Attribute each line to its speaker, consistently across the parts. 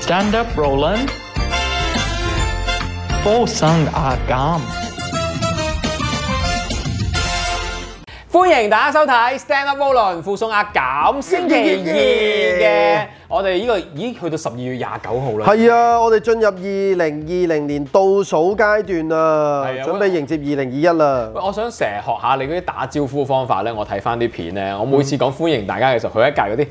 Speaker 1: Stand up, Roland. Vô sung a gam.
Speaker 2: 歡迎大家收睇 Stand Up Volun 附送阿減星期二嘅，我哋呢、個已經去到十二月廿九號啦。
Speaker 3: 係啊，我哋進入二零二零年倒數階段啦，
Speaker 2: 係啊
Speaker 3: 準備迎接二零二一啦。
Speaker 2: 喂，我想成日學下你嗰啲打招呼方法咧，我睇翻啲片咧，我每次講歡迎大家嘅時候，佢一屆嗰啲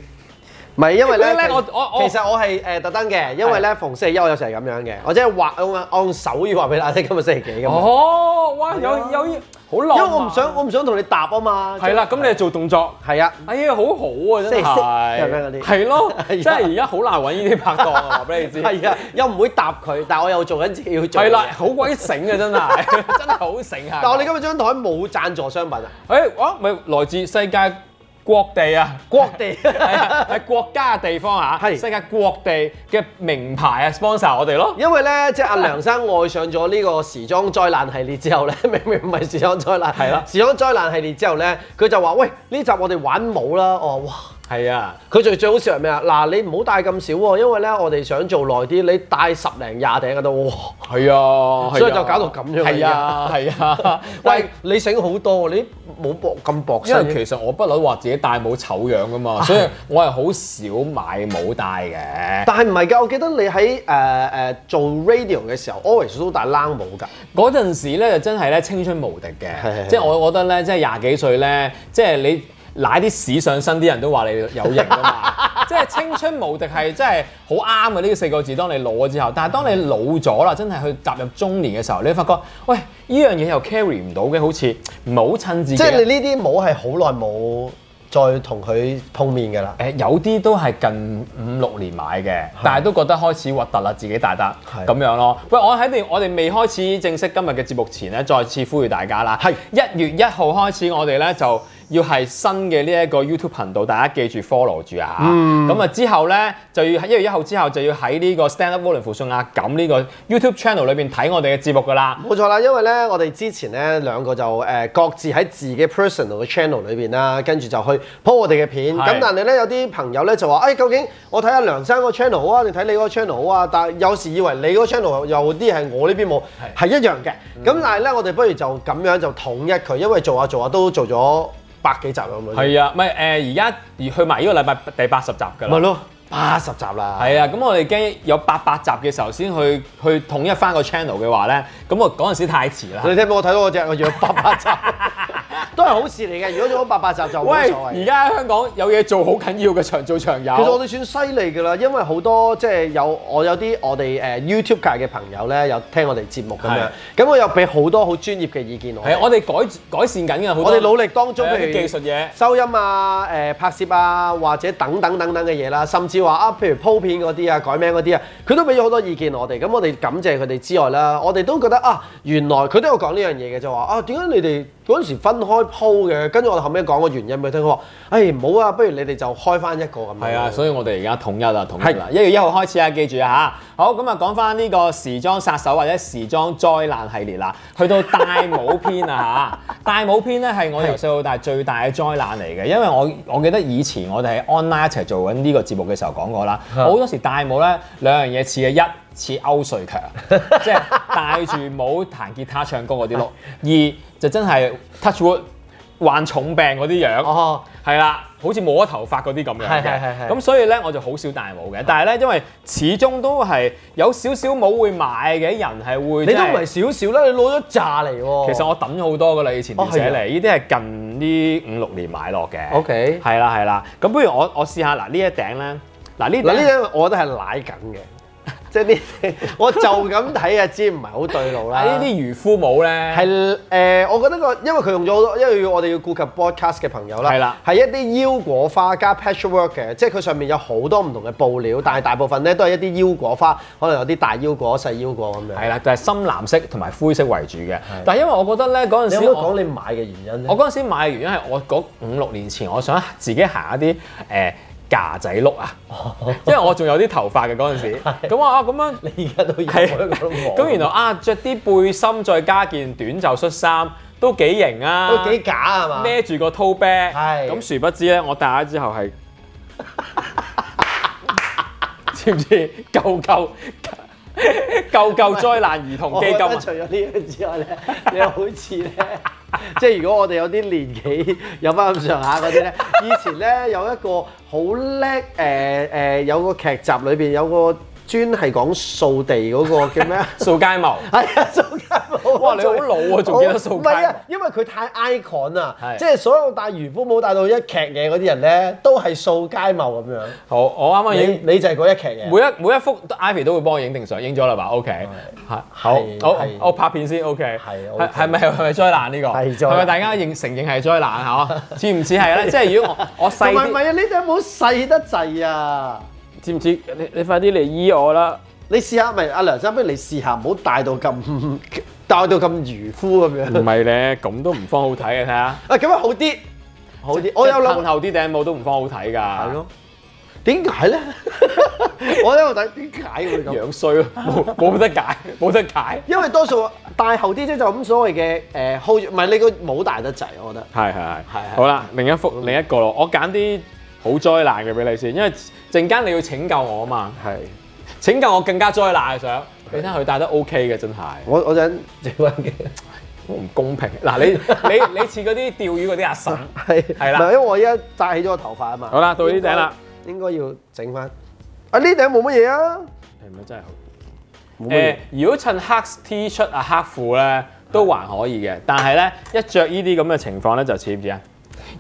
Speaker 3: 唔係因為
Speaker 2: 喂
Speaker 3: 咧，
Speaker 2: 咧
Speaker 3: 其
Speaker 2: 我我我
Speaker 3: 其實我係誒特登嘅，因為咧逢星期一我有時係咁樣嘅，我即係話我按手語話俾大家聽今日星期幾咁樣。
Speaker 2: 哦，哇，有有好浪漫，
Speaker 3: 因為我唔想我唔想同你答啊嘛。
Speaker 2: 係啦，咁你就做動作。
Speaker 3: 係啊，
Speaker 2: 哎呀，好好啊，真
Speaker 3: 即係識
Speaker 2: 係，
Speaker 3: 咁樣嗰 啲
Speaker 2: 係咯，
Speaker 3: 係
Speaker 2: 真
Speaker 3: 啊
Speaker 2: 係而家好難揾呢啲拍檔啊！話俾你 知，
Speaker 3: 係啊，又唔會答佢，但我又做緊自己要做。
Speaker 2: 係啦，，好鬼醒啊，真係， 真係好醒啊！
Speaker 3: 但我哋今日張台冇贊助商品啊，
Speaker 2: 誒，我哎哦咪來自世界各地啊，
Speaker 3: 國 地
Speaker 2: 係啊喺國家嘅地方啊，
Speaker 3: 係
Speaker 2: 世界各地嘅名牌啊 sponsor 我哋咯。
Speaker 3: 因為咧，即係阿梁生愛上咗呢個時裝災難系列之後咧， 明明唔係時裝災難，
Speaker 2: 係啦
Speaker 3: 時裝災難系列之後咧，佢就話：喂，呢集我哋玩舞啦！哦，哇！
Speaker 2: 係啊，
Speaker 3: 佢最最好笑係咩啊？嗱，你唔好帶咁少喎，因為咧我哋想做耐啲，你帶十零廿頂嘅都，哇！
Speaker 2: 係啊，
Speaker 3: 所以就搞到咁樣
Speaker 2: 係啊，係 啊，
Speaker 3: 喂
Speaker 2: 喂，，
Speaker 3: 你醒好多喎，你冇薄咁薄
Speaker 2: 因
Speaker 3: 身
Speaker 2: 為
Speaker 3: 嘅。
Speaker 2: 其實我不嬲話自己戴帽醜樣噶嘛，
Speaker 3: 啊
Speaker 2: 所以我係好少買帽戴嘅。
Speaker 3: 但係唔係㗎？我記得你喺誒誒做 radio 嘅時候，always 都戴冷帽㗎。
Speaker 2: 嗰陣時咧就真係咧青春無敵嘅，
Speaker 3: 係
Speaker 2: 即係我覺得咧，即係廿幾歲咧，即係你。舐啲屎上身，啲人都話你有型啊 嘛！即係青春無敵係真係好啱嘅呢四個字。當你老咗之後，但係當你老咗啦，真係去踏入中年嘅時候，你會發覺，喂，呢樣嘢又 carry 唔到嘅，好似唔係好襯自己。
Speaker 3: 即係你呢啲帽係好耐冇再同佢碰面㗎啦。
Speaker 2: 誒有啲都係近五六年買嘅，但係都覺得開始核突啦，自己大得
Speaker 3: 係
Speaker 2: 咁樣咯。喂，我喺邊？我哋未開始正式今日嘅節目前咧，再次呼籲大家啦，
Speaker 3: 係
Speaker 2: 一月一號開始，我哋咧就要係新嘅呢一個 YouTube 頻道，大家記住 follow 住啊！咁啊、之後咧就要喺一月一號之後就要喺呢個 Stand Up Volun 附送壓感啊呢個 YouTube channel 裏邊睇我哋嘅節目噶啦。
Speaker 3: 冇錯啦，因為咧，我哋之前咧兩個就誒、呃各自喺自己 personal 嘅 channel 裏邊啦，跟住就去 po 我哋嘅片。
Speaker 2: 係
Speaker 3: 咁但係咧，有啲朋友咧就話：，誒、哎究竟我睇下梁生個 channel 好啊，定睇你嗰個 channel 好啊？但係有時以為你嗰個 channel 有啲係我呢邊冇，係一樣嘅。咁、
Speaker 2: 嗯
Speaker 3: 但係咧，我哋不如就咁樣就統一佢，因為做下做下都做咗百幾集啦，咁樣。
Speaker 2: 係啊，咪誒而家而去埋呢個禮拜第八十集㗎啦
Speaker 3: 咪。咯，八十集啦。
Speaker 2: 係啊，咁我哋驚有八百集嘅時候先去去統一翻個 channel 嘅話咧，咁我嗰陣時太遲啦。
Speaker 3: 你聽唔聽我睇到我只我養八百 集，都係好事嚟嘅。如果做咗八百集就冇
Speaker 2: 喂，
Speaker 3: 所謂
Speaker 2: 而。家香港有嘢做好緊要嘅，長做長有。
Speaker 3: 其實我哋算犀利㗎啦，因為好多即係有我有啲我哋誒 YouTube 界嘅朋友咧，有聽我哋節目咁樣，咁我又俾好多好專業嘅意見我
Speaker 2: 係啊
Speaker 3: 哋。
Speaker 2: 我哋改改善緊嘅，好多
Speaker 3: 我哋努力當中，
Speaker 2: 係啊
Speaker 3: 譬
Speaker 2: 啲
Speaker 3: 如
Speaker 2: 技術嘢
Speaker 3: 收音啊、誒、拍攝啊，或者等等等等嘅嘢啦，甚至話啊，譬如鋪片嗰啲啊、改名嗰啲啊，佢都俾咗好多意見我哋。咁我哋感謝佢哋之外啦，我哋都覺得啊，原來佢都有講呢樣嘢嘅，就話啊，點解你哋嗰陣時分開鋪嘅？跟住我哋後尾講個原因俾佢聽，佢話：，誒唔好啊，不如你哋就開翻一個咁樣。
Speaker 2: 係啊，所以我哋而家統一啦，統一啦，一月一號開始啊，記住啊嚇。好，咁啊講翻呢個時裝殺手或者時裝災難系列啦，去到戴帽篇 啊嚇。戴帽篇咧係我由細到大最大嘅災難嚟嘅，因為我我記得以前我哋喺 online 一齊做緊呢個節目嘅時候講過啦，我好多時戴帽咧兩樣嘢似嘅一。似歐瑞 強，即係戴住帽彈吉他唱歌嗰啲咯。二就真係 touch wood 患重病嗰啲樣。
Speaker 3: 哦。
Speaker 2: 係啦，好似冇咗頭髮嗰啲咁樣
Speaker 3: 係係係
Speaker 2: 嘅，
Speaker 3: 係啊
Speaker 2: 咁所以咧我就好少戴帽嘅。但係咧，因為始終都係有少少帽會買嘅人係會，
Speaker 3: 你都唔係。少少啦，你攞咗炸嚟喎。
Speaker 2: 其實我抌咗好多噶啦，以前
Speaker 3: 哦
Speaker 2: 電寫
Speaker 3: 係啊
Speaker 2: 嚟，呢啲係近呢五六年買落嘅。
Speaker 3: OK
Speaker 2: 係啦係啦，咁不如我我試下嗱呢一頂咧，嗱呢
Speaker 3: 嗱呢
Speaker 2: 頂
Speaker 3: 啲我覺得係奶緊嘅， 即係呢， 我就咁睇啊，知唔係好對路 啦。
Speaker 2: 嗱呢啲漁夫帽咧，
Speaker 3: 啊係誒、我覺得個因為佢用咗好多，因為我哋要顧及 broadcast 嘅朋友啦，
Speaker 2: 係啦
Speaker 3: 係一啲腰果花加 patchwork 嘅，即係佢上面有好多唔同嘅布料，但係大部分咧都係一啲腰果花，可能有啲大腰果、細腰果咁樣。
Speaker 2: 係啦，就係深藍色同埋灰色為主嘅。但係因為我覺得咧嗰陣
Speaker 3: 你
Speaker 2: 時
Speaker 3: 有冇
Speaker 2: 我
Speaker 3: 講你買嘅原因咧
Speaker 2: 我？嗰陣時買嘅原因係我嗰五六年前，我想自己行一啲誒、呃、架仔碌啊，因為我仲有啲頭髮嘅嗰陣 時，咁我啊咁樣。
Speaker 3: 哦你 而家都有
Speaker 2: 係
Speaker 3: 我都覺得冇
Speaker 2: 咁原來啊，着啲背心再加件短袖恤衫都幾型啊！
Speaker 3: 都幾假係嘛？
Speaker 2: 孭住個 tote bag，
Speaker 3: 係
Speaker 2: 咁殊不知咧，我戴咗之後係 知唔知？救救救救災難兒童
Speaker 3: 我
Speaker 2: 基
Speaker 3: 覺
Speaker 2: 金
Speaker 3: 得
Speaker 2: 啊！
Speaker 3: 除咗呢 樣之外咧，你又好似咧， 即係如果我哋有啲年紀有翻咁上下嗰啲咧，以前咧有一個好叻誒誒，有個劇集裏邊有個專係講掃地嗰個 叫咩啊？
Speaker 2: 掃街謀。
Speaker 3: 係啊，掃街帽。
Speaker 2: 哇你好老啊仲記得掃街帽
Speaker 3: 唔係啊，因為佢太 icon 啊，
Speaker 2: 係
Speaker 3: 即係所有戴漁夫帽戴到一劇嘢嗰啲人咧，都係掃街帽咁樣。
Speaker 2: 好，我啱啱已經
Speaker 3: 你你就係嗰一劇嘢。
Speaker 2: 每一每一幅都 Ivy 都會幫我影定相，影咗啦吧？OK，係好
Speaker 3: 係，
Speaker 2: 好
Speaker 3: 係，
Speaker 2: 我拍片先，OK，
Speaker 3: 係
Speaker 2: 係
Speaker 3: OK
Speaker 2: 係咪係咪災難呢個？
Speaker 3: 係災
Speaker 2: 係
Speaker 3: 難
Speaker 2: 咪大家認承認係災難 嚇？似唔似係咧？即係如果我我細
Speaker 3: 唔係
Speaker 2: 啲，
Speaker 3: 唔係啊，你哋有冇細得滯啊？
Speaker 2: 知唔知？你你快啲嚟醫我啦！
Speaker 3: 你試下咪阿梁生，不如你試下，唔好戴到咁 戴到咁漁夫咁
Speaker 2: 唔
Speaker 3: 樣。
Speaker 2: 係咧，咁都唔方好睇嘅，睇下。
Speaker 3: 啊，咁樣好啲，好啲。我
Speaker 2: 我有
Speaker 3: 有
Speaker 2: 褪
Speaker 3: 諗，
Speaker 2: 後啲頂帽都唔方好睇㗎。係
Speaker 3: 係，咯。點解咧？ 我喺度睇點解會咁？
Speaker 2: 樣衰咯，冇冇得 解，冇得解。
Speaker 3: 因為多數啊戴後啲啫，就咁所謂嘅誒 hold 住，唔係你個帽戴得滯，我覺得。
Speaker 2: 係係係
Speaker 3: 係係嗯
Speaker 2: 好啦，另一幅另一個咯，我揀啲好災難嘅俾你先，因為陣間你要拯救我啊嘛。
Speaker 3: 係。
Speaker 2: 拯救我更加災難嘅相。你睇下佢戴得 OK 嘅，真係
Speaker 3: 我我陣整翻嘅。
Speaker 2: 好唔公平。嗱，你你你似嗰啲釣魚嗰啲阿神。
Speaker 3: 係
Speaker 2: 係啦
Speaker 3: 唔係因為我依家戴起咗個頭髮啊嘛。
Speaker 2: 好啦到呢頂啦
Speaker 3: 應該，應該要整翻。啊呢頂冇乜嘢啊，
Speaker 2: 係咪真係好？
Speaker 3: 冇
Speaker 2: 誒、
Speaker 3: 乜嘢。
Speaker 2: 如果襯黑 T 恤啊、黑褲咧，都還可以嘅。但係咧，一着呢啲咁嘅情況咧，就似唔似啊？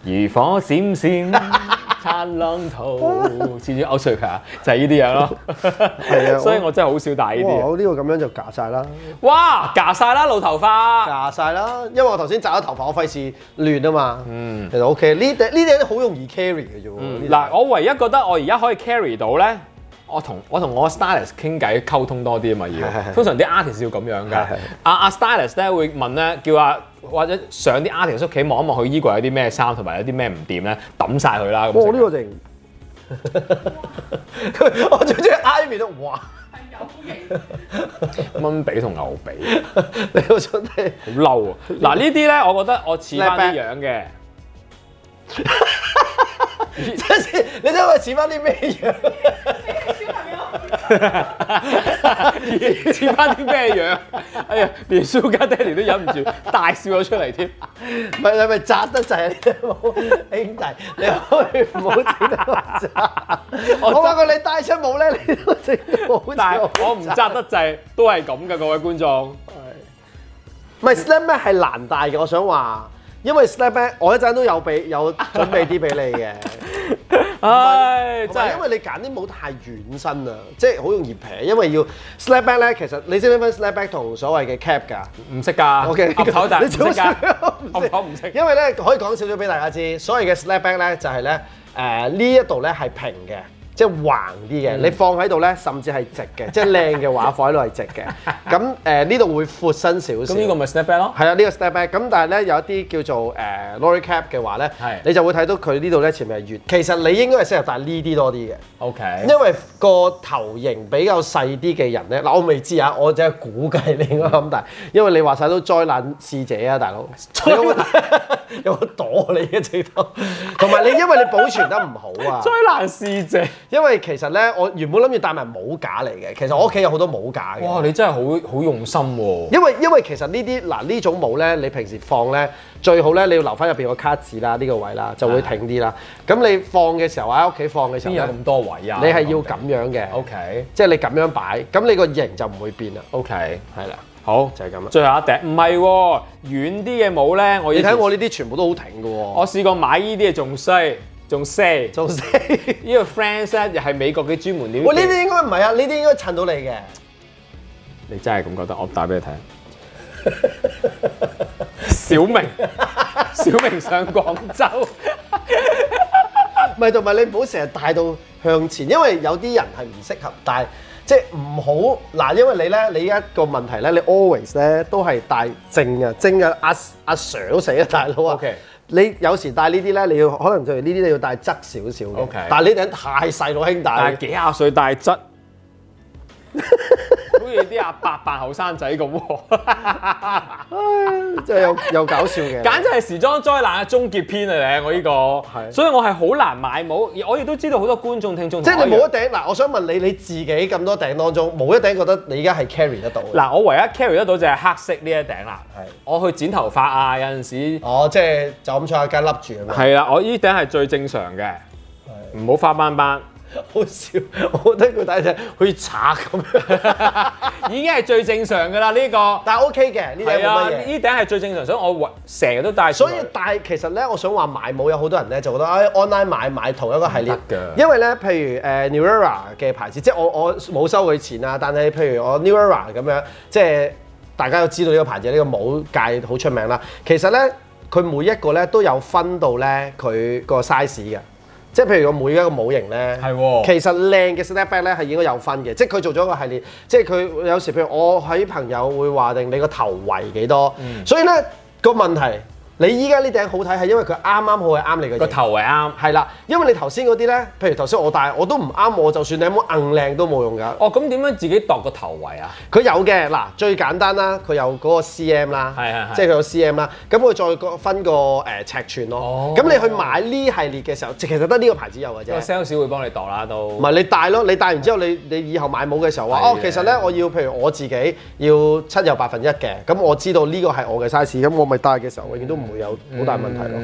Speaker 2: 如火閃閃， 燦爛圖，似唔似歐瑞強啊？就係呢啲樣
Speaker 3: 係啊
Speaker 2: 咯。 所以我真係好少戴呢啲
Speaker 3: 哇！
Speaker 2: 嘢。
Speaker 3: 我哦呢個咁樣就夾晒啦。
Speaker 2: 哇，夾晒啦，露頭髮。
Speaker 3: 炸晒啦，因為我頭先紮咗頭髮，我費事亂啊嘛。嗯，其實 OK，呢頂呢頂好容易 carry 嘅啫喎。呢頂
Speaker 2: 嗱，我唯一覺得我而家可以 carry 到咧，我同我同我 stylist 傾偈溝通多啲啊嘛
Speaker 3: 係係
Speaker 2: 要，通常啲 artist 要咁樣
Speaker 3: 係
Speaker 2: 㗎
Speaker 3: 係。
Speaker 2: 阿阿 stylist 咧會問咧，叫阿或者上啲 artist 屋企望一望佢衣櫃有啲咩衫同埋有啲咩唔掂咧，抌晒佢啦咁
Speaker 3: 哇，呢
Speaker 2: 樣。
Speaker 3: 個型， 我最中意 Ivy 都哇，
Speaker 2: 蚊髀同牛髀，
Speaker 3: 你好想睇
Speaker 2: 好嬲啊！嗱呢啲咧，我覺得我似翻啲樣嘅。
Speaker 3: 真係 你睇我似翻啲咩樣？
Speaker 4: 哎
Speaker 2: 似翻啲咩樣？哎呀，連 Sugar Daddy 都忍唔住大笑咗出嚟添。
Speaker 3: 唔係你咪扎得滯啊！呢頂帽，兄弟，你可以唔好整得我扎。我發覺你戴出帽咧，你都整到好
Speaker 2: 但係
Speaker 3: 似
Speaker 2: 我 唔扎得滯，都係咁嘅，各位觀眾。
Speaker 3: 唔係 slap back 係難戴嘅，我想話，因為 slap back 我一陣都有俾有準備啲俾你 嘅，
Speaker 2: 唉，真
Speaker 3: 同埋
Speaker 2: 係
Speaker 3: 因。為你揀啲帽太軟身啦，即係好容易撇，因為要 slap back 咧，其實你識唔識分 slap back 同所謂嘅 cap 㗎？嗯
Speaker 2: 唔識㗎
Speaker 3: OK，
Speaker 2: 岌嗯頭但係
Speaker 3: 你做
Speaker 2: 唔識㗎
Speaker 3: 乜，
Speaker 2: 岌頭唔識。
Speaker 3: 因為咧可以講少少俾大家知，所謂嘅 slap back 咧就係咧誒呢一度咧係平嘅。即係橫啲
Speaker 2: 嗯
Speaker 3: 嘅，你放喺度咧，甚至係直嘅，即係靚嘅話放喺度係直 嘅。咁誒呢度會闊身少
Speaker 2: 咁
Speaker 3: 少。
Speaker 2: 呢個咪 snap back 咯。
Speaker 3: 係啊，呢、個 step back。咁但係咧有一啲叫做誒、呃 lorry cap 嘅話咧
Speaker 2: 係，
Speaker 3: 你就會睇到佢呢度咧前面係圓。其實你應該係適合戴呢啲多啲嘅，
Speaker 2: OK。
Speaker 3: 因為個頭型比較細啲嘅人咧，嗱我未知啊，我只係估計你應該咁戴，因為你話晒都災難使者啊，大佬。你有冇戴 有個朵你嘅直頭，同埋你因為你保存得唔好啊。
Speaker 2: 災難使者。
Speaker 3: 因為其實咧，我原本諗住戴埋帽架嚟嘅，其實我屋企有好多帽架嘅。
Speaker 2: 哇！你真係好好用心喎。
Speaker 3: 因為因為其實呢啲嗱呢種帽咧，你平時放咧最好咧，你要留翻入邊個卡紙啦，呢、個位啦就會挺啲啦。咁你放嘅時候喺屋企放嘅時
Speaker 2: 邊
Speaker 3: 候
Speaker 2: 有
Speaker 3: 咧，
Speaker 2: 咁多位啊？
Speaker 3: 你係要咁樣嘅
Speaker 2: OK。
Speaker 3: 即係你咁樣擺，咁你個型就唔會變啦。
Speaker 2: OK。
Speaker 3: 係啦，
Speaker 2: 好，
Speaker 3: 就係咁啦
Speaker 2: 最後一頂唔係喎，遠啲嘅帽咧，我
Speaker 3: 你
Speaker 2: 以前
Speaker 3: 睇我，呢啲全部都好挺嘅喎，
Speaker 2: 我試過買呢啲嘢仲衰，仲衰。
Speaker 3: 做死。
Speaker 2: 呢個 Friends 咧又係美國嘅專門店。
Speaker 3: 喂，呢啲應該唔係啊，呢啲應該襯到你嘅。
Speaker 2: 你真係咁覺得？我打俾你睇。小明，小明上廣 州。
Speaker 3: 唔係，同埋你唔好成日帶到向前，因為有啲人係唔適合帶，即係唔好嗱，因為你咧，你一個問題咧，你 always 咧都係帶正啊，正啊，阿阿 Sir 都死啊，大佬啊
Speaker 2: OK
Speaker 3: 你有時帶呢啲咧，你要可能就係呢啲你要帶側少少嘅
Speaker 2: OK
Speaker 3: 但係呢頂太細佬兄
Speaker 2: 但係
Speaker 3: 弟，
Speaker 2: 幾廿歲大質，好似啲阿伯扮後生仔咁喎。
Speaker 3: 真係有有搞笑嘅。
Speaker 2: 簡直係時裝災難嘅終結篇嚟咧！我呢、個，所以我係好難買帽，而我亦都知道好多觀眾聽眾
Speaker 3: 即係你
Speaker 2: 同
Speaker 3: 冇
Speaker 2: 我
Speaker 3: 一頂嗱，我想問你你自己咁多頂當中，冇一頂覺得你而家係 carry 得到嘅
Speaker 2: 一樣嗱，我唯一 carry 得到就係黑色呢一頂啦。
Speaker 3: 係
Speaker 2: 我去剪頭髮啊，有陣時
Speaker 3: 哦，即係就咁坐下街笠住咁樣。
Speaker 2: 係啦，我呢頂係最正常嘅，唔好花斑斑，
Speaker 3: 好笑，我覺得佢睇睇好似賊咁樣。
Speaker 2: 已經係最正常㗎啦呢個。
Speaker 3: 但係 OK 嘅，呢頂
Speaker 2: 係啊，
Speaker 3: 冇乜嘢。
Speaker 2: 呢頂係最正常，所以我唯成日都戴住佢。
Speaker 3: 所以但係其實咧，我想話買帽有好多人咧就覺得，哎，online 買買同一個系列
Speaker 2: 唔得，㗎
Speaker 3: 因為咧，譬如誒、呃 New Era 嘅牌子，即係我我冇收佢錢啊，但係譬如我 New Era 咁樣，即係大家都知道呢個牌子呢、個帽界好出名啦。其實咧，佢每一個咧都有分到咧佢個 size 嘅。即係譬如個每一個模型咧，
Speaker 2: 係喎
Speaker 3: 其實靚嘅 snapback 咧係應該有分嘅，即係佢做咗一個系列，即係佢有時譬如我喺朋友會話定你個頭圍幾多，所以咧個問題，你依家呢頂好睇係因為佢啱啱好係啱你嘅
Speaker 2: 個
Speaker 3: 型
Speaker 2: 頭係啱。
Speaker 3: 係啦，因為你頭先嗰啲咧，譬如頭先我戴我都唔啱我，就算你有冇硬靚都冇用㗎。
Speaker 2: 哦，咁點樣自己度個頭圍啊？
Speaker 3: 佢有嘅嗱，最簡單啦，佢有嗰個 CM 啦
Speaker 2: 係係係，
Speaker 3: 即係佢有 CM 啦，咁佢再個分個誒、呃尺寸
Speaker 2: 哦
Speaker 3: 咯。咁、你去買呢系列嘅時候，其實得呢個牌子有嘅
Speaker 2: 個
Speaker 3: 啫。
Speaker 2: sales 會幫你度啦都。
Speaker 3: 唔係你戴咯，你戴完之後你你以後買帽嘅時候話
Speaker 2: 係嘅啊
Speaker 3: 哦，其實咧我要譬如我自己要七又八分一嘅，咁我知道呢個係我嘅 size，咁我咪戴嘅時候永遠都唔會有好大問題咯，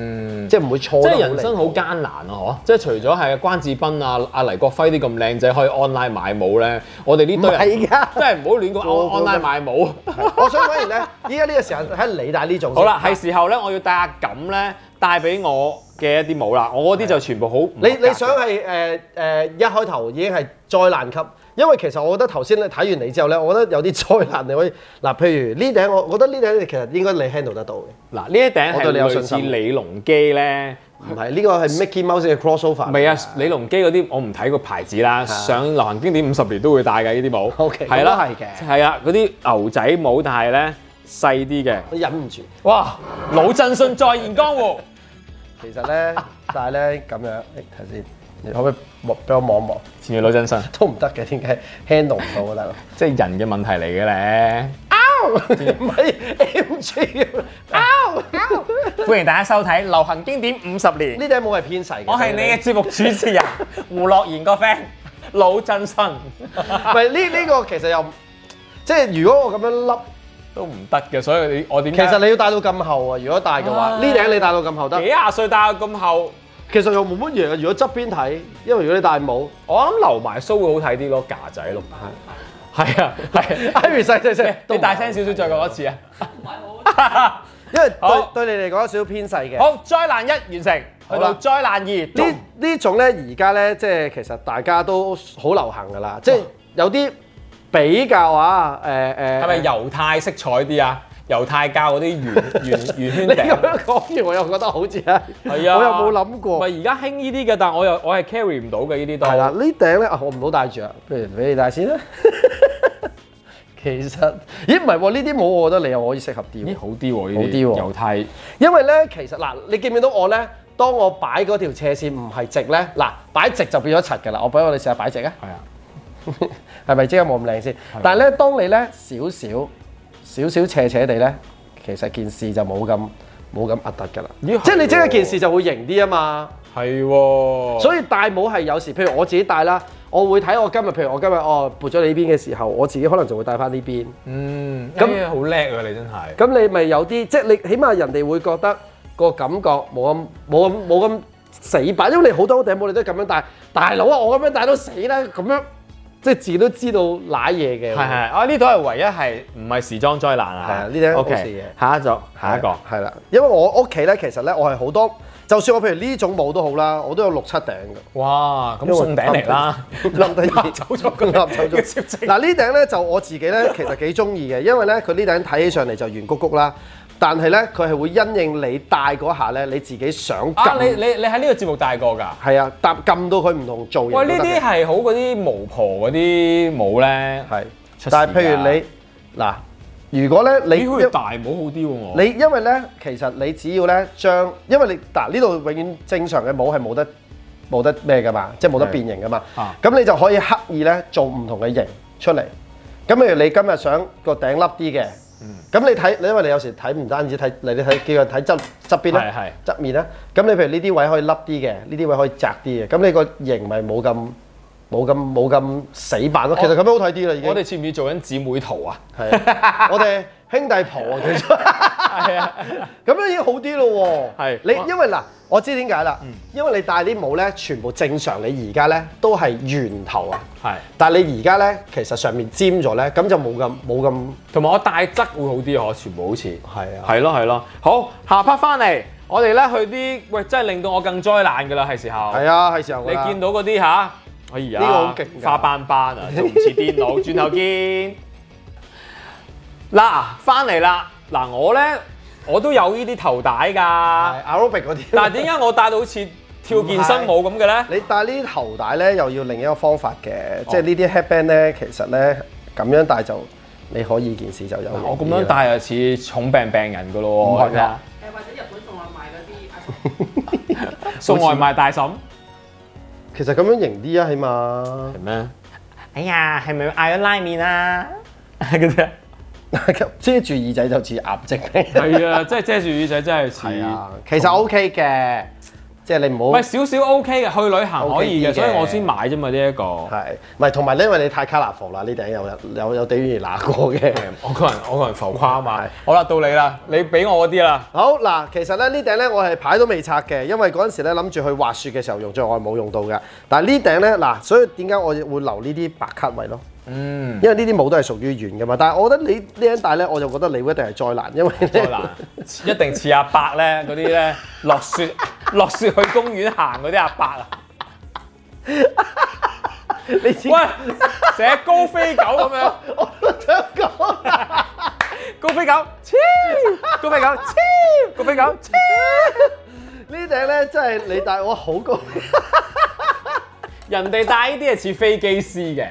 Speaker 3: 即係唔會錯
Speaker 2: 嗯即
Speaker 3: 得好
Speaker 2: 係
Speaker 3: 離譜。
Speaker 2: 人生好艱難啊！嗬，即係除咗係關智斌啊、阿黎國輝啲咁靚仔可以 online 買帽咧，我哋呢堆人
Speaker 3: 唔係㗎
Speaker 2: 真係唔好亂
Speaker 3: 個
Speaker 2: 講
Speaker 3: 個都
Speaker 2: online 買帽。
Speaker 3: 我想反而咧，依家呢個時候睇你戴呢種先。
Speaker 2: 好啦，係時候咧，我要帶阿錦咧帶俾我嘅一啲帽啦。我嗰啲就全部好唔
Speaker 3: 你
Speaker 2: 合格
Speaker 3: 你想係誒誒一開頭已經係災難級，因為其實我覺得頭先咧睇完你之後咧，我覺得有啲災難你可以嗱，譬如呢頂我我覺得呢頂其實應該你 handle 得到嘅，
Speaker 2: 嗱呢一頂
Speaker 3: 我
Speaker 2: 係
Speaker 3: 對你有
Speaker 2: 類
Speaker 3: 信
Speaker 2: 似
Speaker 3: 心
Speaker 2: 李龍基咧。
Speaker 3: 唔係呢個係 Mickey Mouse 嘅 crossover。
Speaker 2: 唔係啊，啊李龍基嗰啲我唔睇個牌子啦，上流行經典五十年都會戴嘅呢啲帽。
Speaker 3: OK，
Speaker 2: 係啦，
Speaker 3: 咁都係嘅
Speaker 2: 係啊，嗰啲牛仔帽，但係咧細啲嘅。
Speaker 3: 我忍唔住。
Speaker 2: 哇！老振信再現江湖，
Speaker 3: 其實咧， 但係咧咁樣，誒睇先，你可唔可以望俾我望一望？
Speaker 2: 前面老振信，
Speaker 3: 都唔得嘅，點解 handle 唔到啊，大佬？
Speaker 2: 即係人嘅問題嚟嘅咧。
Speaker 3: 唔係 M G 啊！
Speaker 2: 歡迎大家收睇《流行經典五十年》，
Speaker 3: 呢頂帽係偏細嘅。
Speaker 2: 我係你嘅節目主持 人胡樂賢個 friend 老振信，
Speaker 3: 唔係呢呢個其實又即係如果我咁樣笠，
Speaker 2: 都唔得嘅，所以你我點
Speaker 3: 其實你要戴到咁厚啊！如果戴嘅話，
Speaker 2: 唉
Speaker 3: 呢頂你戴到咁厚
Speaker 2: 幾
Speaker 3: 得，
Speaker 2: 廿歲戴到咁厚，
Speaker 3: 其實又冇乜嘢啊！如果側邊睇，因為如果你戴帽
Speaker 2: 我諗留埋須會好睇啲咯，架仔咯，係啊係啊，
Speaker 3: ，Ivy 細細細，
Speaker 2: 你大聲
Speaker 3: 聲，
Speaker 2: 少少再講一次 啊！
Speaker 3: 因為
Speaker 2: 好
Speaker 3: 對對你嚟講有少少偏細嘅。
Speaker 2: 好，災難一完成，去
Speaker 3: 好
Speaker 2: 到
Speaker 3: 啦
Speaker 2: 災難二
Speaker 3: 呢。呢種咧，而家咧，即係其實大家都好流行㗎啦，即係有啲比較啊，誒、誒，
Speaker 2: 係咪猶太色彩啲啊？猶太教嗰啲 圓圓圓圈
Speaker 3: 你咁
Speaker 2: 頂，啊
Speaker 3: 樣講完，我又覺得好似係，
Speaker 2: 係啊，
Speaker 3: 我又冇諗過。
Speaker 2: 咪而家興呢啲嘅，但我又我係 carry 唔到嘅呢啲都
Speaker 3: 係啦，呢頂咧啊，我唔好戴住啊，不如俾你戴先啦。 其實，咦唔係喎，呢啲帽我覺得你又可以適合啲喎
Speaker 2: 咦，好啲喎，
Speaker 3: 好
Speaker 2: 呢
Speaker 3: 啲喎
Speaker 2: 猶太
Speaker 3: 因為咧其實嗱，你見唔見到我咧？當我擺嗰條斜線唔係直咧，嗱擺直就變咗柒㗎啦。我俾我哋試下擺直啊，
Speaker 2: 係啊，
Speaker 3: 係咪即刻冇咁靚先？但係咧，當你咧少少少少斜斜地咧，其實件事就冇咁冇咁核突㗎啦。
Speaker 2: 咦係
Speaker 3: 即係你即係
Speaker 2: 喎
Speaker 3: 件事就會型啲啊嘛。
Speaker 2: 係喎，
Speaker 3: 所以戴帽係有時，譬如我自己戴啦，我會睇我今日，譬如我今日哦撥咗你呢邊嘅時候，我自己可能就會戴翻呢邊。
Speaker 2: 嗯，
Speaker 3: 咁
Speaker 2: 咁好叻啊！你真係
Speaker 3: 咁你咪有啲，即係你起碼人哋會覺得個感覺冇咁冇咁冇咁死板，因為你好多頂帽你都咁樣戴，大佬啊，我咁樣戴都死啦，咁樣即係自己都知道賴嘢嘅。
Speaker 2: 係係啊！呢度係唯一係唔係時裝災難
Speaker 3: 係
Speaker 2: 啊
Speaker 3: 啊！呢啲好事
Speaker 2: OK，
Speaker 3: 嘅
Speaker 2: 下一組，下一個
Speaker 3: 係啦，因為我屋企咧，其實咧我係好多，就算我譬如呢種帽都好啦，我都有六七頂嘅。
Speaker 2: 哇！咁送頂嚟啦，
Speaker 3: 冧 低
Speaker 2: 立走咗佢，
Speaker 3: 冧走
Speaker 2: 嘅 攝
Speaker 3: 咗。
Speaker 2: 政
Speaker 3: 嗱呢頂咧就我自己咧其實幾中意嘅，因為咧佢呢頂睇起上嚟就圓谷谷啦，但係咧佢係會因應你戴嗰下咧你自己想
Speaker 2: 啊！你
Speaker 3: 撳，
Speaker 2: 你你喺呢個節目戴過㗎？
Speaker 3: 係啊，搭撳到佢唔同造型都
Speaker 2: 喂，
Speaker 3: 得
Speaker 2: 呢
Speaker 3: 嘅。
Speaker 2: 啲係好嗰啲巫婆嗰啲舞咧，
Speaker 3: 係
Speaker 2: 出事㗎，
Speaker 3: 但係譬如你
Speaker 2: 啊
Speaker 3: 嗱，如果咧你
Speaker 2: 咦好似大帽好啲喎我。
Speaker 3: 你因為咧，其實你只要咧將，因為你嗱呢度永遠正常嘅帽係冇得冇得咩噶嘛，即係冇得變形噶嘛
Speaker 2: 啊。
Speaker 3: 咁你就可以刻意咧做唔同嘅型出嚟。咁譬如你今日想個頂凹啲嘅，咁你睇，你因為你有時睇唔單止睇，你你睇叫人睇側側
Speaker 2: 係
Speaker 3: 邊啦
Speaker 2: 係，
Speaker 3: 側面啦。咁你譬如呢啲位可以凹啲嘅，呢啲位可以窄啲嘅，咁你個型咪冇咁冇咁冇咁死板咯。其實咁樣好睇啲啦，已經
Speaker 2: 我。哋似唔似做緊姊妹圖 啊？
Speaker 3: 係啊我哋兄弟婆啊，其實。
Speaker 2: 係啊，
Speaker 3: 咁樣已經好啲咯喎
Speaker 2: 係。嗯
Speaker 3: 你因為嗱，我知點解啦，因為你戴啲帽咧，全部正常，你而家咧都係圓頭啊。
Speaker 2: 係。
Speaker 3: 但係你而家咧，其實上面尖咗咧，咁就冇咁冇咁
Speaker 2: 同埋我戴質會好啲，我全部好似
Speaker 3: 係啊
Speaker 2: 係咯係咯。好，下 part 翻嚟，我哋咧去啲喂，真係令到我更災難㗎啦，係時候。
Speaker 3: 係啊，係時候㗎
Speaker 2: 你
Speaker 3: 啦
Speaker 2: 見到嗰啲吓，哎呀，
Speaker 3: 呢個好勁㗎
Speaker 2: 花斑斑啊，仲唔似電腦？轉頭見。嗱，翻嚟啦，嗱我咧我都有呢啲頭帶㗎，
Speaker 3: 係 aerobic 嗰啲。
Speaker 2: 但係點解我啊戴到好似跳健身舞咁嘅咧？
Speaker 3: 你戴呢啲頭帶咧，又要另一個方法嘅，
Speaker 2: 哦
Speaker 3: 即係呢啲 headband 咧，其實咧咁樣戴就你可以件事就有。
Speaker 2: 我咁樣。戴又似重病病人㗎
Speaker 3: 唔
Speaker 2: 咯
Speaker 3: 係
Speaker 2: 喎，
Speaker 3: 啊㗎
Speaker 2: 真係
Speaker 4: 誒或者日本送外賣嗰啲啊阿叔。
Speaker 2: 送外賣大嬸
Speaker 3: 其實咁樣型啲啊，起碼。
Speaker 2: 係咩？哎呀，係咪嗌咗拉麵 啊？嗰啲啊
Speaker 3: 遮住耳仔就似鴨 精。
Speaker 2: 係啊，即係遮住耳仔真係似。
Speaker 3: 係啊，其實 OK 嘅，即係你唔
Speaker 2: 唔
Speaker 3: 好
Speaker 2: 係少少 OK 嘅，去旅行可以
Speaker 3: OK 啲嘅
Speaker 2: 嘅，所以我先買啫嘛呢一個。
Speaker 3: 係，唔係同埋咧，因為你太 colourful 啦，呢頂有有有地緣拿過嘅。
Speaker 2: 我個人我個人浮誇啊嘛
Speaker 3: 係。
Speaker 2: 好啦，到你啦，你俾我嗰啲啦。
Speaker 3: 好嗱，其實咧呢頂咧我係牌都未拆嘅，因為嗰陣時咧諗住去滑雪嘅時候用，最後我係冇用到嘅。但係呢頂咧嗱，所以點解我會留呢啲白卡位咯？
Speaker 2: 嗯，
Speaker 3: 因為呢啲帽都係屬於圓嘅嘛。但係我覺得你呢頂戴咧，我就覺得你會一定係災難，因為
Speaker 2: 再難， 一定似阿伯咧嗰啲咧落 雪落雪去公園行嗰啲阿伯啊。
Speaker 3: 你知
Speaker 2: 喂，成日高飛狗咁 樣，
Speaker 3: 我都想講啦。
Speaker 2: 高飛狗，超高飛狗，超高飛狗，超
Speaker 3: 呢頂咧真係你戴我好高，
Speaker 2: 人哋戴呢啲係似飛機師嘅，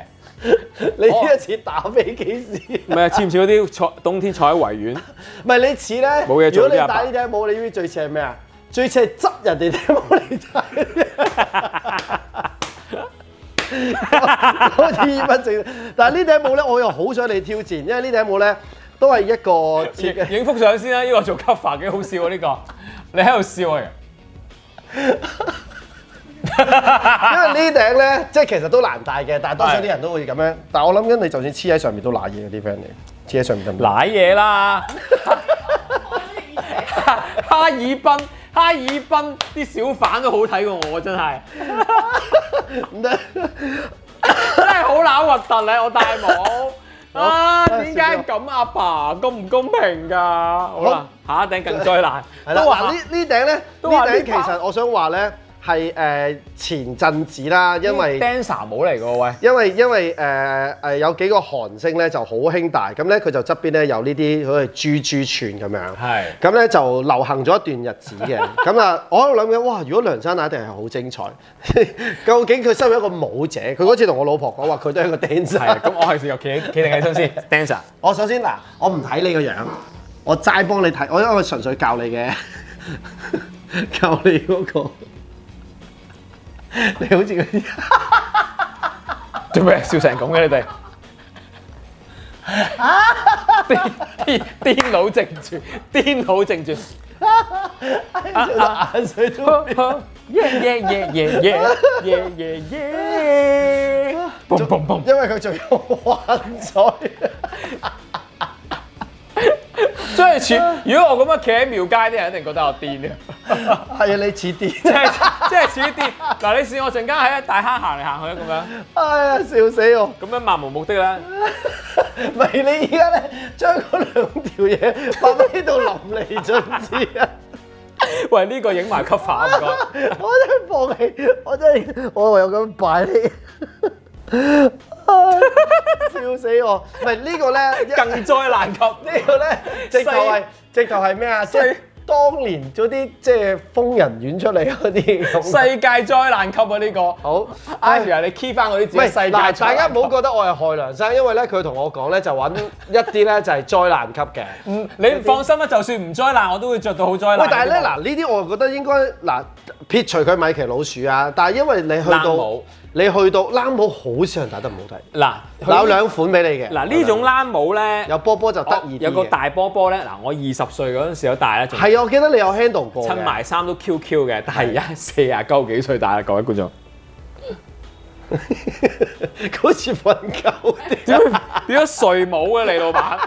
Speaker 3: 你呢一似打飛機師。
Speaker 2: 唔係啊似唔似嗰啲坐冬天坐喺維園？
Speaker 3: 唔係你似咧，
Speaker 2: 冇嘢
Speaker 3: 如
Speaker 2: 做
Speaker 3: 果你
Speaker 2: 啲阿伯
Speaker 3: 戴呢頂帽，你知唔知最似係咩啊？最似係執人哋頂帽嚟戴。好似依不正，但係呢頂帽咧，我又好想你挑戰，因為呢頂帽咧都係一個設 計。
Speaker 2: 影影幅相先啦，呢個做 cover 幾好笑啊！呢個你喺度笑啊？
Speaker 3: 因為呢頂咧，即係其實都難戴嘅，但係多數啲人都會咁樣。但係我諗緊你就算黐喺上面都揦嘢嗰啲 friend 嚟，黐喺上面得唔得？
Speaker 2: 攋嘢啦！ 哈爾濱，哈爾濱啲小販都好睇過我，真係
Speaker 3: 唔得，
Speaker 2: 真係好乸核突咧！我戴帽啊，
Speaker 3: 好
Speaker 2: 點解咁阿爸公唔公平㗎？好啦，下一頂更災難，
Speaker 3: 係啦。
Speaker 2: 都話
Speaker 3: 嗱呢呢頂咧，呢
Speaker 2: 都話
Speaker 3: 頂
Speaker 2: 呢
Speaker 3: 其實我想話咧係誒前陣子啦，因為。
Speaker 2: dancer 帽嚟㗎喎喂，
Speaker 3: 因為因為誒誒、呃有幾個韓星咧就好興大，咁咧佢就側邊咧有呢啲好似珠珠串咁樣，
Speaker 2: 係
Speaker 3: 咁咧就流行咗一段日子嘅， 咁啊我喺度諗緊，哇！如果梁山大一定係好精彩， 究竟佢身為一個舞者，佢嗰次同我老婆講話，佢都係一個 dancer
Speaker 2: 係。咁我係時候企企定起身先，dancer
Speaker 3: 我首先嗱，我唔睇你個樣，我齋幫你睇，我因為我純粹教你嘅， 教你嗰、個， 你好似嗰啲。
Speaker 2: 做咩笑成咁嘅你哋？癲癲癲佬正傳，癲佬正傳。啊
Speaker 3: 眼水都未
Speaker 2: 耶耶耶耶耶耶耶耶！嘣嘣嘣！
Speaker 3: 因為佢仲有幻彩，
Speaker 2: 真係似，如果我咁樣企喺廟街，啲人一定覺得我癲啊！
Speaker 3: 係啊，你似
Speaker 2: 即
Speaker 3: 啲，
Speaker 2: 係即係似癲。嗱，你試我陣間喺大坑行嚟行去咁樣，
Speaker 3: 哎呀，笑死我！
Speaker 2: 咁樣漫無目的啦。
Speaker 3: 唔係你依家咧，將嗰兩條嘢放喺度淋漓盡致啊！
Speaker 2: 喂，呢個影埋 cover 唔該。
Speaker 3: 我真係放棄，我真係我唯有咁拜你。唉笑死我！ 唔係呢個咧，一
Speaker 2: 更災難級，
Speaker 3: 呢個咧，直頭係直頭係咩啊？即係當年嗰啲即係瘋人院出嚟嗰啲咁。
Speaker 2: 世界災難級啊！呢個
Speaker 3: 好
Speaker 2: Ivy 啊，你 key 翻我啲
Speaker 3: 唔
Speaker 2: 自己
Speaker 3: 係
Speaker 2: 世界災難
Speaker 3: 嗱，
Speaker 2: 級。
Speaker 3: 大家唔好覺得我係害梁生，因為咧佢同我講咧就揾一啲咧就係災難級嘅。
Speaker 2: 唔，你放心啦，就算唔災難，我都會着到好災難。
Speaker 3: 喂，但係咧嗱，呢啲我覺得應該嗱撇除佢米奇老鼠啊，但係因為你去
Speaker 2: 冷
Speaker 3: 到
Speaker 2: 帽
Speaker 3: 你去到冷帽好少人打得唔好睇，
Speaker 2: 嗱，佢
Speaker 3: 有兩款俾你嘅。
Speaker 2: 嗱呢種冷帽咧，
Speaker 3: 有波波就得
Speaker 2: 我
Speaker 3: 意
Speaker 2: 哦
Speaker 3: 啲
Speaker 2: 有個
Speaker 3: 嘅
Speaker 2: 大波波咧。嗱，我二十歲嗰陣時有戴咧，仲
Speaker 3: 係啊，我記得你有 handle 過嘅
Speaker 2: 襯埋衫都 QQ 嘅，但係而家四廿九幾歲戴啦，各位觀 眾。 點 解
Speaker 3: 好似瞓覺啲，
Speaker 2: 點解睡帽嘅你老闆？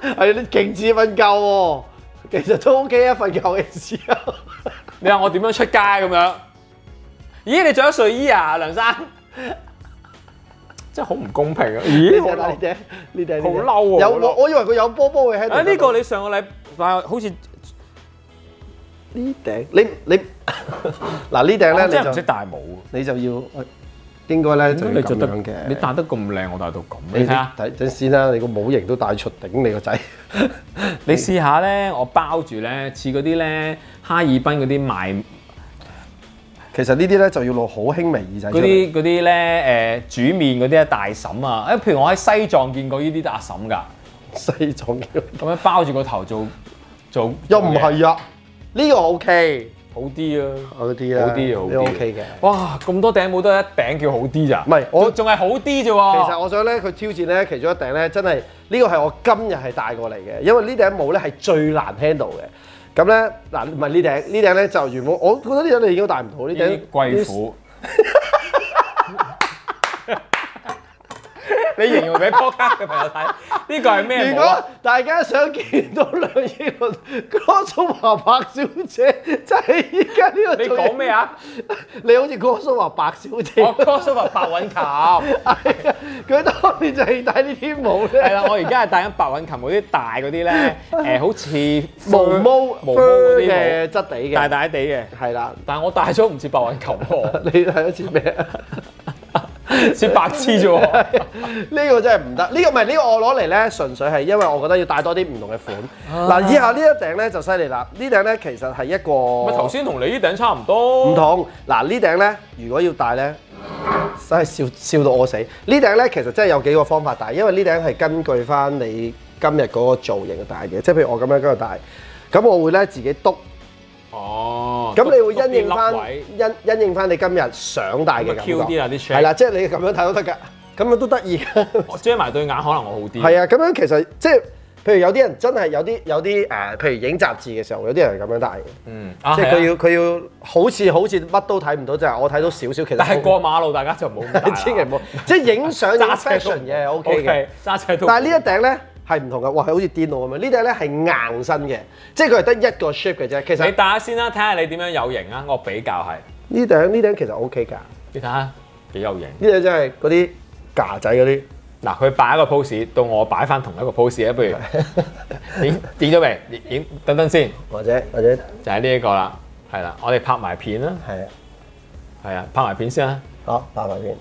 Speaker 3: 係你勁似瞓覺喎。其實都 OK 啊，瞓覺嘅時候。
Speaker 2: 你話我點樣出街咁樣？咦，你着咗睡衣啊，梁生？真係好唔公平啊！咦，好
Speaker 3: 呢
Speaker 2: 嬲
Speaker 3: 頂呢頂
Speaker 2: 好嬲喎
Speaker 3: 有
Speaker 2: 好嬲
Speaker 3: 我我以為佢有波波嘅 handle。
Speaker 2: 啊！呢個你上個禮拜好似
Speaker 3: 你呢頂你你 嗱呢頂
Speaker 2: 我哦真係
Speaker 3: 咧你
Speaker 2: 唔識
Speaker 3: 就
Speaker 2: 戴帽喎。
Speaker 3: 你就要應該咧就要咁樣嘅。
Speaker 2: 你戴得咁靚，我戴到咁，你
Speaker 3: 你
Speaker 2: 睇下。
Speaker 3: 睇陣先啦，你個模型都戴出頂你個仔。
Speaker 2: 你試下咧，我包住咧，似嗰啲咧哈爾濱嗰啲賣
Speaker 3: 其實呢啲咧就要攞好輕微耳仔出
Speaker 2: 嗰
Speaker 3: 嚟。
Speaker 2: 啲嗰啲咧誒煮面嗰啲大嬸啊，誒譬如我喺西藏見過呢啲阿嬸㗎，
Speaker 3: 西藏 嘅
Speaker 2: 咁樣包住個頭做做
Speaker 3: 又唔係啊？呢個 OK，
Speaker 2: 好啲啊，
Speaker 3: 好啲
Speaker 2: 好啲啊
Speaker 3: 啊，
Speaker 2: 好
Speaker 3: 呢
Speaker 2: 啲
Speaker 3: 個
Speaker 2: 啊
Speaker 3: OK 嘅。
Speaker 2: 哇！咁多頂帽都係一頂叫好啲咋？
Speaker 3: 唔係我
Speaker 2: 仲仲係好啲啫
Speaker 3: 其
Speaker 2: 喎。
Speaker 3: 實我想咧，佢挑戰咧其中一頂咧，真係呢個係我今日係帶過嚟嘅，因為呢頂帽咧係最難 handle 嘅。咁咧嗱，唔係呢頂，呢頂咧就原本我覺得呢頂你已經戴唔到，呢
Speaker 2: 呢
Speaker 3: 頂
Speaker 2: 啲貴 婦。你形容俾撲街嘅朋友睇，呢個係咩
Speaker 3: 如
Speaker 2: 帽啊
Speaker 3: 果？大家想見到梁綺倫哥蘇華白小姐， 真係依家呢個
Speaker 2: 你
Speaker 3: 造型
Speaker 2: 講咩？啊？
Speaker 3: 你好似哥蘇華白小姐，
Speaker 2: 我 crossover 白韻琴，
Speaker 3: 係啊 佢當年就係戴呢啲帽咧，
Speaker 2: 係啦，我而家係戴緊白韻琴嗰啲大嗰啲 咧，誒好似
Speaker 3: 毛毛
Speaker 2: 毛毛嗰啲
Speaker 3: 嘅
Speaker 2: 帽
Speaker 3: 質地嘅，
Speaker 2: 大大地嘅，
Speaker 3: 係啦，
Speaker 2: 但係我戴咗唔似白韻琴喎，
Speaker 3: 你睇好似咩啊？
Speaker 2: 似白痴啫喎。
Speaker 3: 呢個真係唔得，呢、個唔係呢個我攞嚟咧，純粹係因為我覺得要帶多啲唔同嘅款。嗱、以下呢一頂咧就犀利啦，呢頂咧其實係一 個
Speaker 2: 咪頭先同你呢頂差唔多，
Speaker 3: 唔同。嗱呢頂咧，如果要戴咧，真係笑笑到我死。呢頂咧其實真係有幾個方法戴，因為呢頂係根據翻你今日嗰個造型去戴嘅，即係譬如我咁樣今日戴，咁我會咧自己篤，
Speaker 2: 哦，
Speaker 3: 咁你會
Speaker 2: 篤啲
Speaker 3: 因應翻
Speaker 2: 粒位
Speaker 3: 因因應翻你今日想戴嘅感覺。
Speaker 2: 咁咪 Q 啲啦啊啲哦 shape
Speaker 3: 係啦，即係你咁樣戴都得㗎，咁啊樣都得意㗎。
Speaker 2: 我遮埋對眼，可能我好啲。
Speaker 3: 係啊，咁樣其實即係。譬如有啲人真係有啲有啲誒、呃譬如影雜誌嘅時候，有啲人係咁樣戴嘅，
Speaker 2: 嗯，啊，
Speaker 3: 即係
Speaker 2: 係啊
Speaker 3: 佢要佢要好似好似乜都睇唔到，就係、我睇到少少，其實
Speaker 2: 但係
Speaker 3: 好
Speaker 2: 過馬路大家就唔好咁大啦
Speaker 3: 千祈唔好，即係 影相影
Speaker 2: 揸車都
Speaker 3: fashion 嘅 OK 嘅。，
Speaker 2: 揸車都。
Speaker 3: 但係呢一頂咧係唔同嘅，哇，係好似電腦咁樣。呢頂咧係硬身嘅，即係佢係得一個 shape 嘅啫。其
Speaker 2: 你
Speaker 3: 實
Speaker 2: 戴下先啦，睇下你點樣有型啊！我比較係，
Speaker 3: 呢頂呢頂其實 OK 㗎，呢
Speaker 2: 你睇下幾有型。
Speaker 3: 頂真係嗰啲架仔嗰啲。
Speaker 2: 嗱，佢擺一個 pose，到我擺翻同一個 pose 啊，不如 影影咗未？影影等等先，
Speaker 3: 或者或者
Speaker 2: 就係呢一個啦，係啦，我哋拍埋片啦，
Speaker 3: 係啊，啊
Speaker 2: 係啊，拍埋片先啦。
Speaker 3: 好拍埋先，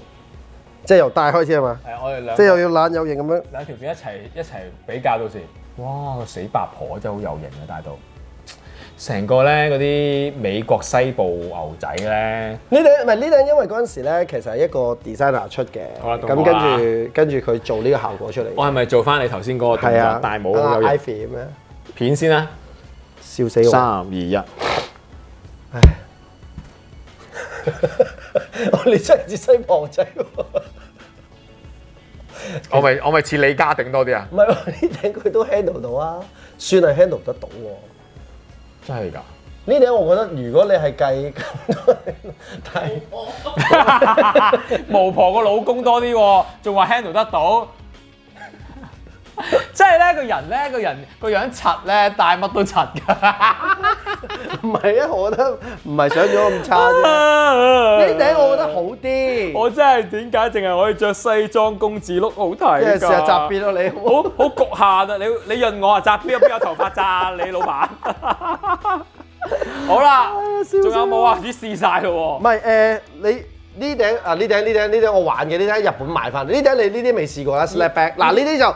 Speaker 3: 即係由戴開始係嘛？
Speaker 2: 係，我哋兩
Speaker 3: 即係又要懶有型咁樣，
Speaker 2: 兩條片一齊一齊比較到時，哇！個死八婆真係好有型啊，大到成個咧嗰啲美國西部牛仔咧。
Speaker 3: 呢頂唔係呢頂，因為嗰陣時咧其實係一個 designer 出嘅，
Speaker 2: 好啦到
Speaker 3: 咁
Speaker 2: 我啦
Speaker 3: 跟住跟住佢做呢個效果出嚟
Speaker 2: 啊我
Speaker 3: 嘅，
Speaker 2: 係咪做翻你頭先嗰個動
Speaker 3: 係
Speaker 2: 作
Speaker 3: 啊，
Speaker 2: 戴帽
Speaker 3: 啊
Speaker 2: 好有型
Speaker 3: Ivy 咁樣，
Speaker 2: 片先啦？
Speaker 3: 笑死我。
Speaker 2: 二一，
Speaker 3: 唉， 我哋真係似西旁仔喎，
Speaker 2: 我咪我咪似李家鼎多啲啊！
Speaker 3: 唔係 喎，呢頂佢都 handle 到啊，算係 handle 得到喎。
Speaker 2: 真係㗎，
Speaker 3: 呢頂我覺得如果你係計咁多人，但係
Speaker 2: 巫婆個老公多啲喎，仲話 handle 得到。 即係咧，個人咧，個人個樣柒咧，戴乜都柒
Speaker 3: 唔係啊，我覺得唔係想咗咁差啫。呢
Speaker 2: 㗎。
Speaker 3: 頂我覺得好啲，
Speaker 2: 我真係點解淨係可以着西裝公子碌好睇
Speaker 3: 即
Speaker 2: 㗎？
Speaker 3: 係試下雜變咯你好唔好。
Speaker 2: 好好局限啊！你你潤我啊，紮邊有邊有頭髮 咋？你老闆。 好
Speaker 3: 哎
Speaker 2: 啦，仲有冇啊？啲試晒咯
Speaker 3: 唔係誒，你呢頂啊呢頂呢頂呢頂我玩嘅呢頂喺日本買翻嚟，呢頂你呢啲未試過啦，slap back。嗱呢啲就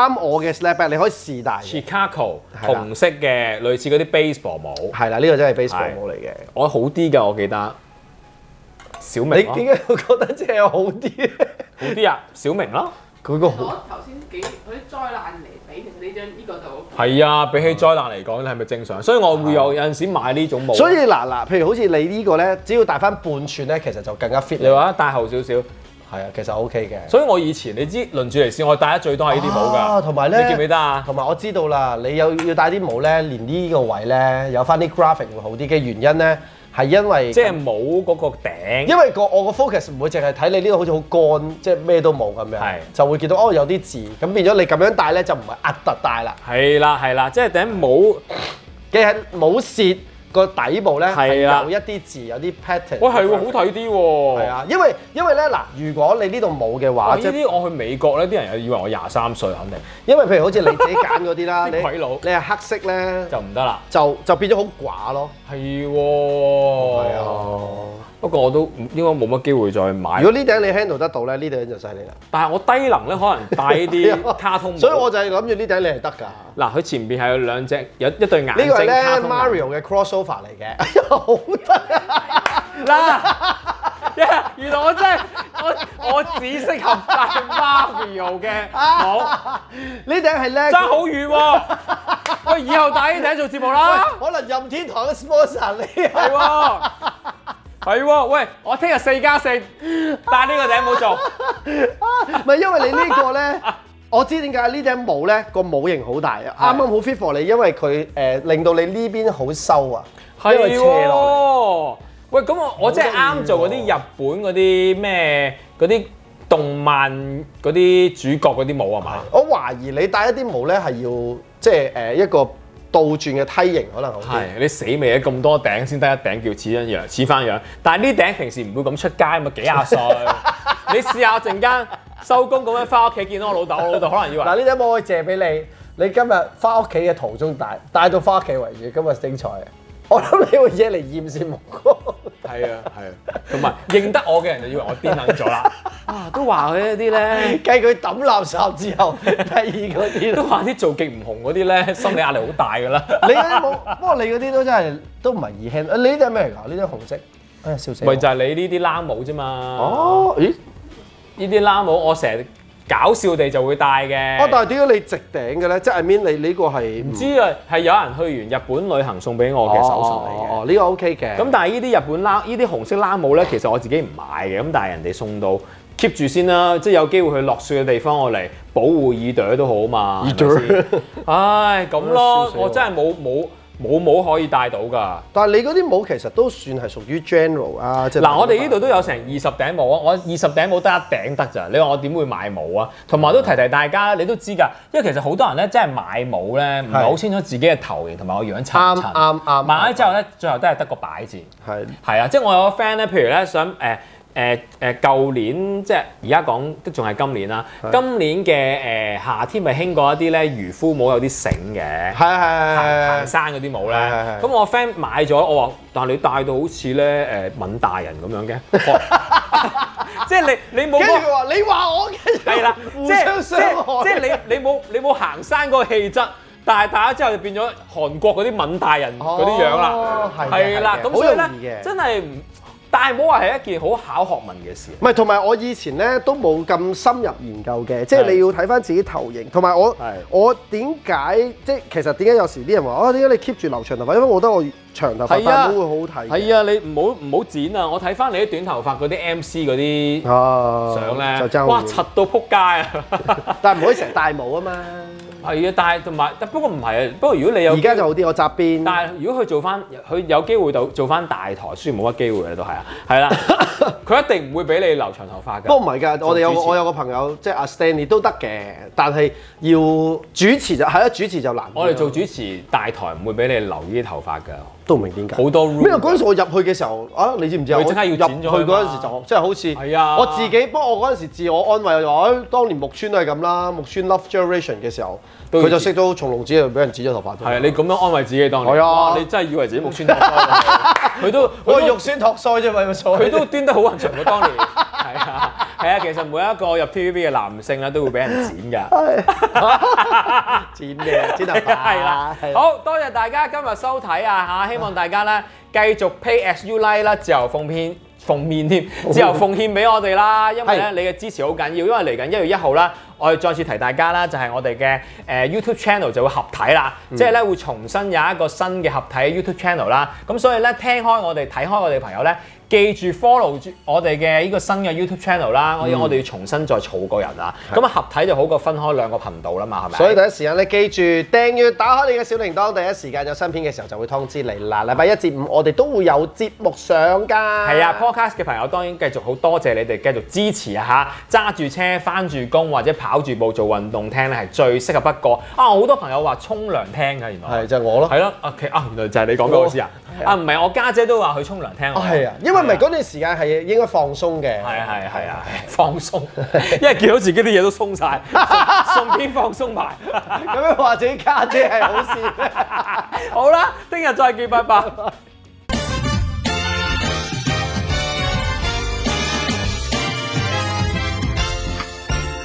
Speaker 3: 啱我嘅 snapback，你可以試戴嘅。
Speaker 2: Chicago
Speaker 3: 係啦
Speaker 2: 紅色嘅，類似嗰啲 baseball 帽，
Speaker 3: 係啦，呢個真係 baseball
Speaker 2: 係
Speaker 3: 帽嚟嘅。
Speaker 2: 我好啲㗎，我記得。小明
Speaker 3: 你
Speaker 2: 咯，
Speaker 3: 點解會覺得即係好啲咧？
Speaker 2: 好啲啊，小明啦，
Speaker 3: 佢個好
Speaker 4: 攞頭先幾嗰啲災難嚟比，其實呢張呢個就
Speaker 2: 係啊，比起災難嚟講，你係咪正常？所以我會有有陣時買呢種帽。啊
Speaker 3: 所以嗱嗱，譬如好似你呢個咧，只要戴翻半寸咧，其實就更加 fit
Speaker 2: 你話戴後少少，
Speaker 3: 係啊，其實 OK 嘅。
Speaker 2: 所以我以前你知輪住嚟試，我戴得最多係呢啲帽
Speaker 3: 啊
Speaker 2: 㗎。
Speaker 3: 同埋咧
Speaker 2: 你記唔記得啊？
Speaker 3: 同埋我知道啦，你有要戴啲帽咧，連呢個位咧有翻啲 graphic 會好啲嘅原因咧，係因為
Speaker 2: 即係帽嗰個頂，
Speaker 3: 因為個我個 focus 唔會淨係睇你呢個好似好乾，即係咩都冇咁樣
Speaker 2: 係，
Speaker 3: 就會見到哦有啲字，咁變咗你咁樣戴咧就唔係壓突戴啦，
Speaker 2: 係啦係啦，即係頂帽。
Speaker 3: 既係冇蝕個底部咧係
Speaker 2: 係啦
Speaker 3: 有一啲字有啲 pattern。
Speaker 2: 喂係喎，好睇啲喎。
Speaker 3: 係啊，因為因為咧嗱，如果你呢度冇嘅
Speaker 2: 哇！
Speaker 3: 話，
Speaker 2: 呢
Speaker 3: 即係
Speaker 2: 啲我去美國咧，啲人又以為我廿三歲，肯定
Speaker 3: 因為譬如好似你自己揀嗰啲啦，
Speaker 2: 啲
Speaker 3: 你
Speaker 2: 鬼佬
Speaker 3: 你係黑色咧，
Speaker 2: 就唔得啦。
Speaker 3: 就就變咗好寡咯。
Speaker 2: 係喎，
Speaker 3: 係啊，
Speaker 2: 不過我都唔應該冇乜機會再買。
Speaker 3: 如果呢頂你 handle 得到咧，呢頂就犀利啦。
Speaker 2: 但係我低能咧，可能戴呢 啲卡通帽。
Speaker 3: 啊所以我就係諗住呢頂你係得㗎。
Speaker 2: 嗱，佢前邊係有兩隻，有一對眼
Speaker 3: 呢個係
Speaker 2: 睛
Speaker 3: 咧
Speaker 2: 卡通啊眼
Speaker 3: Mario 嘅 crossover 嚟嘅，哎好得啊！
Speaker 2: 嗱， 原來我真係我我只適合戴 Mario 嘅帽，
Speaker 3: 呢頂係咧，
Speaker 2: 爭好遠喎！喂，以後戴呢頂做節目啦，
Speaker 3: 可能任天堂嘅 sponsor 你啊！
Speaker 2: 係喎。係喎，喂！我聽日四加四，戴呢個頂帽做，
Speaker 3: 唔係因為你呢個咧， 我知點解呢頂帽咧個帽型好大啊，啱啱好 fit for 你，因為佢誒、令到你呢邊好收啊，因
Speaker 2: 係
Speaker 3: 為斜落嚟。
Speaker 2: 喎。喂，咁我我真係啱做嗰啲日本嗰啲咩嗰啲動漫嗰啲主角嗰啲帽啊嘛？
Speaker 3: 我懷疑你戴一啲帽咧係要即係誒、一個倒轉嘅梯形可能好啲。
Speaker 2: 係你死未啊！咁多頂先得一頂叫似一樣，似翻樣。但係呢頂平時唔會咁出街嘛，幾廿歲。你試下陣間收工咁樣翻屋企見到我老豆，我老豆可能以為
Speaker 3: 嗱呢頂帽我可以借俾你，你今日翻屋企嘅途中戴，戴到翻屋企為止，今日精彩啊！我諗你會惹嚟厭視目光。
Speaker 2: 係啊係啊，同埋認得我嘅人就以為我癲撚咗啦。啊，都話佢一啲咧，
Speaker 3: 計佢抌垃圾之後， 第二嗰 啲
Speaker 2: 都話啲做極唔紅嗰啲咧，心理壓力好大㗎啦。
Speaker 3: 你嗰啲冇，不過你嗰啲都真係都唔係易 hand。你呢啲係咩嚟㗎？呢啲紅色，哎呀笑死我！
Speaker 2: 咪就係你呢啲冷帽啫嘛。哦，
Speaker 3: 哦，咦？
Speaker 2: 呢啲冷帽我成日搞笑地就會戴嘅。
Speaker 3: 哦，但係點解你直頂嘅咧？即係 I mean 你呢個係唔
Speaker 2: 唔知啊，係有人去完日本旅行送俾我嘅手信嚟嘅。
Speaker 3: 哦，呢個 OK 嘅。
Speaker 2: 咁但係呢啲日本冷呢啲紅色冷帽咧，其實我自己唔買嘅，咁但係人哋送到 keep 住先啦，即係有機會去落雪嘅地方我嚟保護耳朵都好嘛。
Speaker 3: 耳朵
Speaker 2: 係 咪先唉咁
Speaker 3: 笑
Speaker 2: 咯
Speaker 3: 死，我
Speaker 2: 我真係冇冇冇帽可以戴到㗎。
Speaker 3: 但係你嗰啲帽其實都算係屬於 general 啊，即係
Speaker 2: 嗱，我哋呢度都有成二十頂帽啊！我二十頂帽得一頂得咋，你話我點會買帽啊？同
Speaker 3: 嗯
Speaker 2: 埋都提提大家，你都知㗎，因為其實好多人咧真係買帽咧，唔係好清楚自己嘅頭型同埋個樣襯唔
Speaker 3: 啱
Speaker 2: 襯。
Speaker 3: 啱啱
Speaker 2: 買咗之後咧，最後都係得個擺字。
Speaker 3: 係
Speaker 2: 係啊，即係我有個 friend 咧，譬如咧想誒誒誒舊年即係而家講都仲係今年啦，今年嘅誒、夏天咪興過一啲咧漁夫帽有啲繩嘅
Speaker 3: 係。係
Speaker 2: 行
Speaker 3: 係
Speaker 2: 山嗰啲帽咧
Speaker 3: 係係係，
Speaker 2: 咁我 friend 買咗，我話：但係你戴到好似咧誒敏大人咁樣 嘅，我話即係你你冇
Speaker 3: 跟住
Speaker 2: 嗰
Speaker 3: 佢話你話我嘅
Speaker 2: 係啦，
Speaker 3: 互
Speaker 2: 即
Speaker 3: 相
Speaker 2: 係即
Speaker 3: 傷
Speaker 2: 係
Speaker 3: 害。
Speaker 2: 即係你你冇你冇行山嗰個氣質，但係戴咗之後就變咗韓國嗰啲敏大人嗰啲樣
Speaker 3: 哦
Speaker 2: 啦，
Speaker 3: 係嘅
Speaker 2: 係啦
Speaker 3: 係，嘅
Speaker 2: 咁
Speaker 3: 好
Speaker 2: 所以
Speaker 3: 容易嘅
Speaker 2: 咧真係唔戴帽係一件好考學問嘅事。
Speaker 3: 唔係，同埋我以前咧都冇咁深入研究嘅，即係
Speaker 2: 係
Speaker 3: 你要睇翻自己頭型，同埋我
Speaker 2: 係
Speaker 3: 我點解即係其實點解有時啲人話啊點解你 keep 住留長頭髮？因為我覺得我長頭髮
Speaker 2: 係啊
Speaker 3: 戴帽會好好睇嘅。
Speaker 2: 係啊，你唔好唔好剪啊！我睇翻你啲短頭髮嗰啲 MC 嗰啲
Speaker 3: 啊
Speaker 2: 相咧，
Speaker 3: 就爭
Speaker 2: 哇，
Speaker 3: 好
Speaker 2: 柒
Speaker 3: 遠，
Speaker 2: 到撲街啊！
Speaker 3: 但係唔可以成日戴帽啊嘛。
Speaker 2: 係啊，但係同埋，不過唔係啊。不過如果你有
Speaker 3: 而家就好啲，我紮邊。
Speaker 2: 但係如果佢做翻，佢有機會到做翻大台，雖然冇乜機會啦，都係啊，係啦， 佢一定唔會俾你留長頭髮㗎。
Speaker 3: 不過唔係㗎，我哋有個
Speaker 2: 做主持
Speaker 3: 我有個朋友即係阿 Stanley 都得嘅，但係要主持就係啊，主持就難啲咯。
Speaker 2: 我哋做主持大台唔會俾你留呢啲頭髮㗎，
Speaker 3: 都唔明點解。
Speaker 2: 好多 rule
Speaker 3: 咩啊？嗰陣時我入去嘅時候啊，你知唔知啊？
Speaker 2: 佢即刻要
Speaker 3: 我入
Speaker 2: 剪咗佢
Speaker 3: 去
Speaker 2: 嘛
Speaker 3: 嗰陣時就即係好似
Speaker 2: 係啊
Speaker 3: 我自己不過我嗰陣時自我安慰我就話，哎當年木村都係咁啦，木村 Love Generation 嘅時候，
Speaker 2: 都要
Speaker 3: 佢就識到松隆子，就俾人剪咗頭髮。
Speaker 2: 係啊你咁樣安慰自己當年，
Speaker 3: 係啊
Speaker 2: 哇你真係以為自己木村拓哉 啊，佢都
Speaker 3: 我
Speaker 2: 佢
Speaker 3: 係
Speaker 2: 都
Speaker 3: 肉酸托腮啫嘛，有乜所謂
Speaker 2: 佢都端得好混場喎，當年係啊，係啊，其實每一個入 TVB 嘅男性啊咧，都會俾人剪㗎。
Speaker 3: 剪嘅剪頭髮，
Speaker 2: 係啦，好多謝大家今日收睇啊嚇，希望大家咧繼續 pay as you like 啦，自由奉獻。奉獻添，自由奉獻俾我哋啦，因為咧
Speaker 3: 係
Speaker 2: 你嘅支持好緊要，因為嚟緊一月一號啦，我哋再次提大家啦，就係、我哋嘅誒 YouTube channel 就會合體啦，即係咧會重新有一個新嘅合體 YouTube channel 啦，咁所以咧聽開我哋睇開我哋嘅朋友咧，記住 follow 住我哋嘅呢個新嘅 YouTube channel 啦，我、我哋要重新再儲個人啊，咁啊合體就好過分開兩個頻道啦嘛，係咪？
Speaker 3: 所以第一時間咧，記住訂閱，打開你嘅小鈴鐺，第一時間有新片嘅時候就會通知你啦。禮拜一至五我哋都會有節目上㗎。係
Speaker 2: 係啊，podcast 嘅朋友當然繼續好多謝你哋繼續支持啊嚇！揸住車、翻住工或者跑住步做運動聽咧係最適合不過啊！好多朋友話沖涼聽嘅原來
Speaker 3: 係就哦係我咯。
Speaker 2: 係咯啊其啊原來就係你講嗰個先啊啊唔係我家姐都話去沖涼聽
Speaker 3: 啊，係啊，因為咪嗰段時間係應該放鬆嘅。
Speaker 2: 係係係啊放鬆， 因為見到自己啲嘢都鬆晒， 順便放鬆埋。
Speaker 3: 咁樣話自己家姐係好事咩？
Speaker 2: 好啦，聽日再見，拜拜。